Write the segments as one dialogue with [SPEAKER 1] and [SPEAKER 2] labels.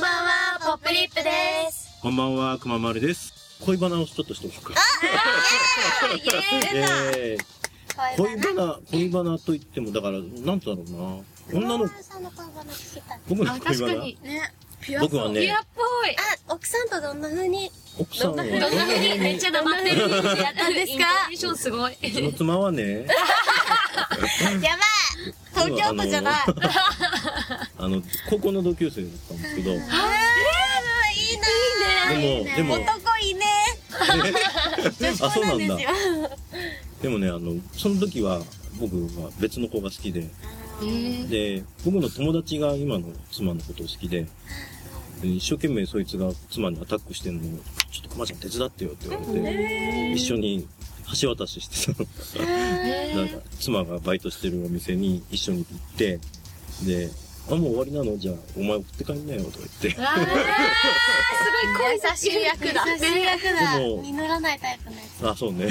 [SPEAKER 1] ポップリップです。
[SPEAKER 2] こんばんは、くままるです。恋バナをちょっとしておくか。えー恋バナ、恋バナと言っても、だから、なんとだろうな。女の子、
[SPEAKER 1] さんの恋バナ聞きたい。
[SPEAKER 2] 僕
[SPEAKER 3] あ、
[SPEAKER 2] の恋
[SPEAKER 3] 確
[SPEAKER 2] バ
[SPEAKER 3] か
[SPEAKER 2] ナ。
[SPEAKER 3] に。
[SPEAKER 1] ね。
[SPEAKER 3] ピュア
[SPEAKER 2] 僕はね
[SPEAKER 3] ピュアっぽい。
[SPEAKER 1] あ、奥さんとどんな風に
[SPEAKER 2] 奥さんは、
[SPEAKER 3] どんなふうにめっちゃ黙ってるやったんですか
[SPEAKER 1] イン
[SPEAKER 3] 印象すごい。
[SPEAKER 2] うちの妻はね、
[SPEAKER 1] やばい東京都じゃない。あー
[SPEAKER 2] あの、高校の同級生だったんですけど、
[SPEAKER 1] いいな
[SPEAKER 2] でもでも
[SPEAKER 1] 男いいね。
[SPEAKER 2] あ、そうなんだ
[SPEAKER 1] です。よ。
[SPEAKER 2] でもね、あの、その時は、僕は別の子が好きで、
[SPEAKER 3] うん
[SPEAKER 2] で、僕の友達が今の妻のことを好きで、で一生懸命そいつが妻にアタックしてんのを、ちょっと熊ちゃん手伝ってよって言われて、一緒に橋渡ししてたの。なんか、妻がバイトしてるお店に一緒に行って、で、あ、もう終わりなのじゃあ、お前送って帰んなよとか言って。
[SPEAKER 3] あーすごい
[SPEAKER 1] 優
[SPEAKER 3] 恋
[SPEAKER 1] しい役だ。優しい役だ。
[SPEAKER 2] でも
[SPEAKER 1] 実らないタイプのやつ。
[SPEAKER 2] あ、そう ね。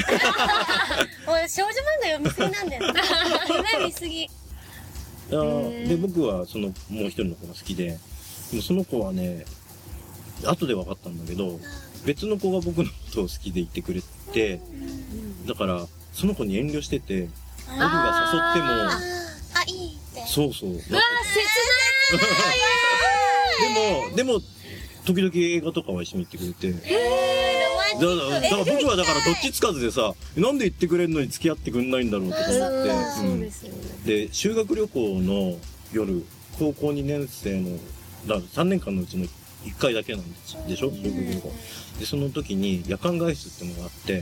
[SPEAKER 1] 俺、少女漫画読みすぎなんだよね。読みすぎ。
[SPEAKER 2] あーで、僕はその、もう一人の子が好きで、でもその子はね、後で分かったんだけど、別の子が僕のことを好きでいてくれて、だから、その子に遠慮してて、僕が誘
[SPEAKER 1] あー
[SPEAKER 2] っても、
[SPEAKER 1] あ、いいって。
[SPEAKER 2] そうそう。で
[SPEAKER 3] うわー、 切
[SPEAKER 2] も、でも、時々映画とかは一緒に行ってくれて、
[SPEAKER 1] えー、
[SPEAKER 2] だ
[SPEAKER 1] ロマンチ
[SPEAKER 2] だか
[SPEAKER 1] ッ
[SPEAKER 2] ら
[SPEAKER 1] ク。
[SPEAKER 2] 僕はだからどっちつかずでさ、なんで行ってくれんのに付き合ってくんないんだろうとか思って、うん
[SPEAKER 3] すよね。
[SPEAKER 2] で、修学旅行の夜、高校2年生の、だ3年間のうちの1回だけなんですでしょ修学旅行。で、その時に夜間外出ってのがあって、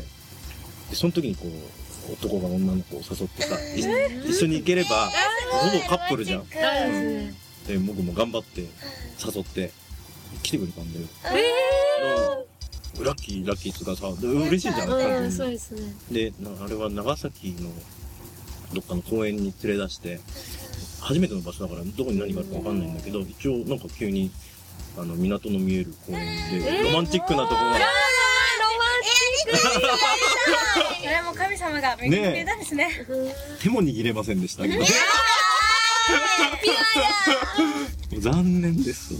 [SPEAKER 2] で、その時にこう、男が女の子を誘ってさ、い一緒に行ければ、ほぼカップルじゃん。
[SPEAKER 1] ロマンチック
[SPEAKER 2] で、僕も頑張って、誘って、来てくれたんだよ。ラッキー、ラッキーっつうかさ、で嬉しいじゃん。
[SPEAKER 3] うん、そうですね。
[SPEAKER 2] で、なあれは長崎のどっかの公園に連れ出して、初めての場所だからどこに何があるかわかんないんだけど、一応なんか急に、あの、港の見える公園で、ロマンチックなとこが、
[SPEAKER 1] これも神様が恵んでくれたんですね。
[SPEAKER 2] 手も握れませんでしたけど。残念です。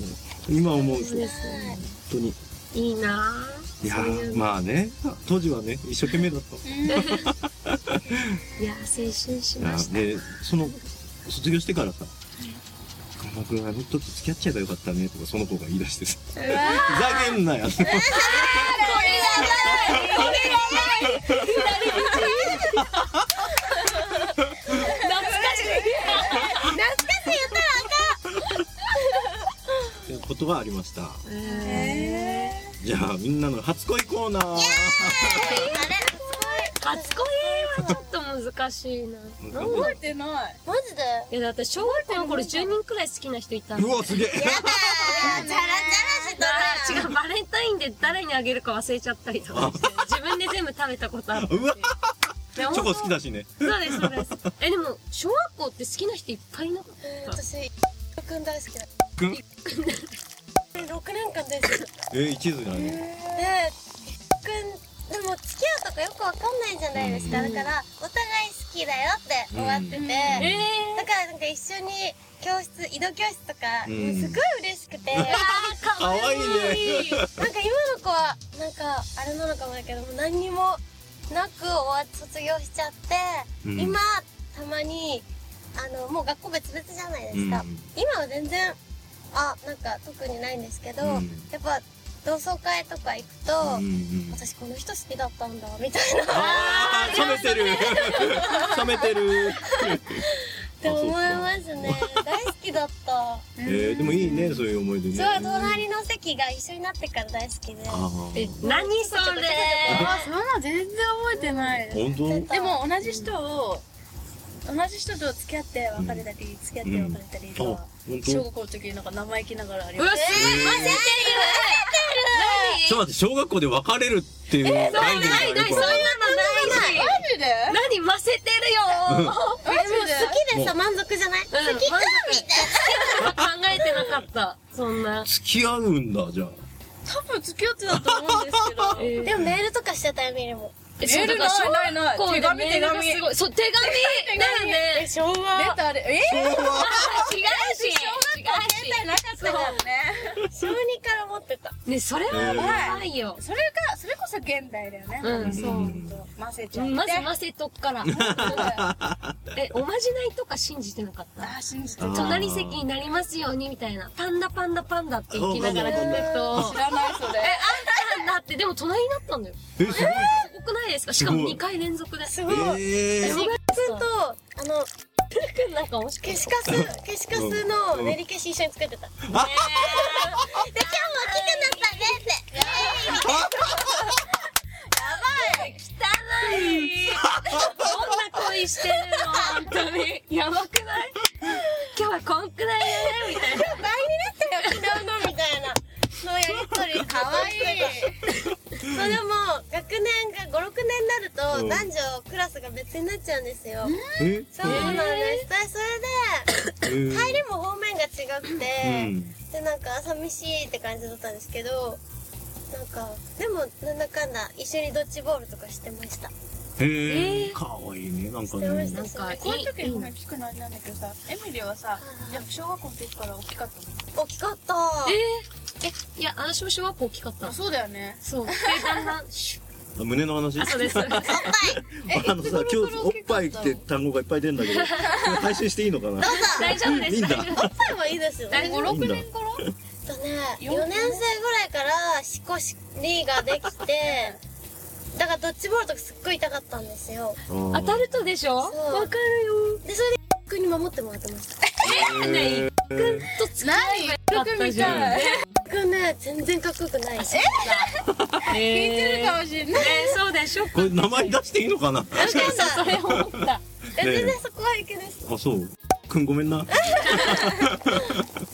[SPEAKER 2] 今思うと、
[SPEAKER 3] そう
[SPEAKER 2] 本
[SPEAKER 3] です
[SPEAKER 2] 当に。
[SPEAKER 3] いいない
[SPEAKER 2] やー、まあね、当時はね、一生懸命だった。
[SPEAKER 3] ぁ。いや、青春し
[SPEAKER 2] いや
[SPEAKER 3] ました。
[SPEAKER 2] で、その、卒業してからさ、熊本君、あの時付き合っちゃえばよかったねとか、その子が言い出してさ、ふざけんなよ。ということがありました。じゃあ、みんなの初恋コーナー。
[SPEAKER 3] 初恋はちょっと難しいな。
[SPEAKER 2] う
[SPEAKER 4] 覚えてない。
[SPEAKER 1] マジで
[SPEAKER 3] いや、だって小学校の頃10人くらい好きな人いたんで。
[SPEAKER 2] わ、すげえ。
[SPEAKER 1] チャラチャラ
[SPEAKER 3] あ違う、バレンタインで誰にあげるか忘れちゃったりとか して、自分で全部食べたことある。
[SPEAKER 2] うわ、
[SPEAKER 3] チ
[SPEAKER 2] チョコ好きだしね。
[SPEAKER 3] そうです、そうです。え、でも、小学校って好きな人いっぱいいなかっ
[SPEAKER 1] えー私、くん大好きだ。
[SPEAKER 2] くん、
[SPEAKER 1] 6年間大好きだ。
[SPEAKER 2] えー、一途だね。
[SPEAKER 1] ねえくん、でも付き合うとかよくわかんないじゃないですか。だから、お互い好きだよって終わってて。
[SPEAKER 2] うん
[SPEAKER 3] た。え
[SPEAKER 1] だからなんか一緒に教室、移動教室とか、
[SPEAKER 2] うん
[SPEAKER 1] すごい嬉しく て、
[SPEAKER 3] ー、
[SPEAKER 2] かわいいね。
[SPEAKER 1] なんか今の子は、なんかあれなのかもだけど、もう何にもなく終わっ卒業しちゃって、
[SPEAKER 2] うん
[SPEAKER 1] 今、たまに、あの、もう学校別々じゃないですか。
[SPEAKER 2] うん
[SPEAKER 1] 今は全然、あ、なんか特にないんですけど、
[SPEAKER 2] うん
[SPEAKER 1] やっぱ同窓会とか行くと、
[SPEAKER 2] うんうん。
[SPEAKER 1] 私この人好きだったんだ、みたいな。
[SPEAKER 2] あー、冷めてる。冷めて
[SPEAKER 1] っ
[SPEAKER 2] る。
[SPEAKER 1] て思いますね。大好きだった。
[SPEAKER 2] えー、でもいいね、そういう思い出ね。
[SPEAKER 1] そう、隣の席が一緒になってから大好きで。
[SPEAKER 2] あ
[SPEAKER 3] え
[SPEAKER 2] ー、
[SPEAKER 3] 何それ
[SPEAKER 4] あ、そんな全然覚えてないです。
[SPEAKER 2] 本当
[SPEAKER 4] でも同じ人を、同じ人と付き合って別れたり、付き合って別れたり
[SPEAKER 2] あ、
[SPEAKER 4] が、
[SPEAKER 2] 本当
[SPEAKER 4] 小学校の時なんか生意気ながらあり
[SPEAKER 3] う
[SPEAKER 4] ま
[SPEAKER 3] わ、
[SPEAKER 4] し
[SPEAKER 3] す
[SPEAKER 2] ちょっと待って、小学校で別れるっていう概念
[SPEAKER 3] ごいないない、そんなのないし。
[SPEAKER 4] マジで
[SPEAKER 3] 何、ませてる よ
[SPEAKER 4] マジ
[SPEAKER 1] でも好きでさ、満足じゃない好
[SPEAKER 3] うん
[SPEAKER 1] きか
[SPEAKER 3] 満
[SPEAKER 1] みたい
[SPEAKER 3] 考えてなかった。そんな。
[SPEAKER 2] 付き合うんだ、じゃあ。
[SPEAKER 4] 多分付き合ってたと思うんです けど。
[SPEAKER 3] えー
[SPEAKER 1] な。でもメールとかしてたよ、ミルも。
[SPEAKER 3] え
[SPEAKER 4] メールない
[SPEAKER 3] そうだから
[SPEAKER 4] ないない
[SPEAKER 3] 小学校で
[SPEAKER 4] 手紙
[SPEAKER 3] メールがすごいそう、手紙だよね。
[SPEAKER 1] 昭和。
[SPEAKER 4] レターで、え
[SPEAKER 3] 違うし、違うし。
[SPEAKER 4] なかったからね。
[SPEAKER 1] 小2から持って
[SPEAKER 3] ね、それはやばいよ。
[SPEAKER 4] それがそれこそ現代だよね、
[SPEAKER 3] うん
[SPEAKER 4] そううん混ぜちゃっ
[SPEAKER 3] う
[SPEAKER 4] て、
[SPEAKER 3] んまず混ぜとくから。え、おまじないとか信じてなかっ
[SPEAKER 4] あ
[SPEAKER 3] た
[SPEAKER 4] あ信じて
[SPEAKER 2] あー
[SPEAKER 3] 隣席になりますようにみたいな。パンダパンダパンダって言きながら聞くと
[SPEAKER 4] 知、らないそれ
[SPEAKER 3] え、あんたなんだって、でも隣になったんだよ。
[SPEAKER 2] え、す
[SPEAKER 3] すごくないですかしかも
[SPEAKER 2] すごい
[SPEAKER 3] 2回連続で。
[SPEAKER 4] す
[SPEAKER 2] ご
[SPEAKER 4] ごい、
[SPEAKER 2] い。え
[SPEAKER 3] え
[SPEAKER 2] ー
[SPEAKER 3] ー
[SPEAKER 1] くんと、あの、
[SPEAKER 3] なんかもし
[SPEAKER 1] 消
[SPEAKER 3] かし。
[SPEAKER 1] してカス、消しカスの練り消し一緒に作ってた。で、今日も大きくなったねって。イエーイみたいな
[SPEAKER 3] 汚い。どんな恋してるの本当に。やばくない今日はこんくらいやねみた
[SPEAKER 1] 倍
[SPEAKER 3] いな。
[SPEAKER 1] になったよ、昨日のみたいな。のやりとり、かわいい。そうでも、学年が5、6年になる
[SPEAKER 2] う
[SPEAKER 1] と、
[SPEAKER 2] ん
[SPEAKER 1] 男女クラスが別になっちゃうんですよ。
[SPEAKER 2] え
[SPEAKER 1] そうなんです。でそれで、
[SPEAKER 2] えー
[SPEAKER 1] 入りも方面が違くて、
[SPEAKER 2] うん
[SPEAKER 1] でなんか寂しいって感じだったんですけどなんかでもなんだかんだ一緒にドッジボールとかしてました
[SPEAKER 2] へ
[SPEAKER 3] えー
[SPEAKER 2] え。かわいいね、なんか
[SPEAKER 1] してま
[SPEAKER 2] ね
[SPEAKER 1] し。
[SPEAKER 3] なんかいい
[SPEAKER 4] こういう時にごめん聞くのあれなんだけどさエミリーはさやっぱ小学校の時から大きかった
[SPEAKER 1] 大きかった
[SPEAKER 3] えー、え、いや、私も小学校大きかった
[SPEAKER 4] のそうだよね
[SPEAKER 3] そう。で、だんだん、シ
[SPEAKER 2] あ胸の話
[SPEAKER 3] ュッあ、そうです。
[SPEAKER 1] おっぱい
[SPEAKER 2] あのさ、今日おっぱいって単語がいっぱい出るんだ けど、これ配信していいのかな
[SPEAKER 1] どうぞ
[SPEAKER 3] 大丈夫です。
[SPEAKER 2] いいんだ
[SPEAKER 3] 大丈夫
[SPEAKER 1] おっぱいはいいですよね
[SPEAKER 3] 大
[SPEAKER 1] えっ
[SPEAKER 3] 丈
[SPEAKER 4] 56
[SPEAKER 2] いいんだ
[SPEAKER 4] 年頃
[SPEAKER 1] とね4
[SPEAKER 4] 四年
[SPEAKER 1] 年生ぐらいからしこしりができ てだからドッジボールとかすっごい痛かったんですよ
[SPEAKER 3] 当たるとでしょわ
[SPEAKER 1] そう
[SPEAKER 3] かるよ。
[SPEAKER 1] でそれで君に守ってもらってました
[SPEAKER 2] えー
[SPEAKER 3] とつ
[SPEAKER 4] 何よく見たい
[SPEAKER 1] 君ね全然かっこよくないし
[SPEAKER 3] 聞い
[SPEAKER 4] 聞いてるかも
[SPEAKER 3] し
[SPEAKER 4] し
[SPEAKER 3] れ
[SPEAKER 4] れない
[SPEAKER 3] ない。そうでしょ。
[SPEAKER 2] これ名前出していいのかな
[SPEAKER 1] えなんか
[SPEAKER 3] それ 思った。
[SPEAKER 1] え
[SPEAKER 2] ねえ
[SPEAKER 1] 全然そこは平気です
[SPEAKER 2] あ、そう。くんごめんな。
[SPEAKER 3] で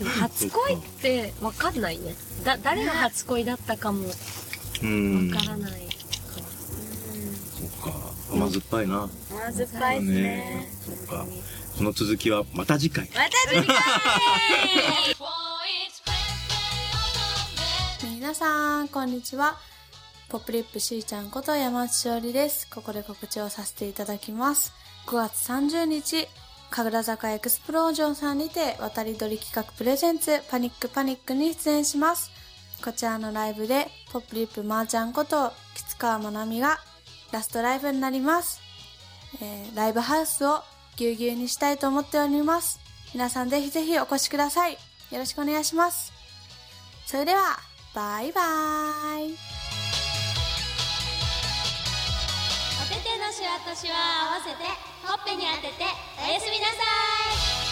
[SPEAKER 3] も初恋ってわかんないね。だ、誰が初恋だったかもわ
[SPEAKER 2] うん。
[SPEAKER 3] からない。
[SPEAKER 2] そっか。甘酸っぱいな。
[SPEAKER 4] まずっぱいですね
[SPEAKER 2] そっか。この続きはまた次回。
[SPEAKER 4] また次回
[SPEAKER 5] 皆さん、こんにちは。ポップリップしーちゃんこと山内しおりです。ここで告知をさせていただきます。5月30日、神楽坂エクスプロージョンさんにて渡り鳥企画プレゼンツパニックパニックに出演します。こちらのライブで、ポップリップまーちゃんこと、吉川まなみがラストライブになります。えーライブハウスをぎゅうぎゅうにしたいと思っております。皆さんぜひぜひお越しください。よろしくお願いします。それでは、バイバイ。
[SPEAKER 6] おててのシワとシワを合わせてほっぺに当てておやすみなさい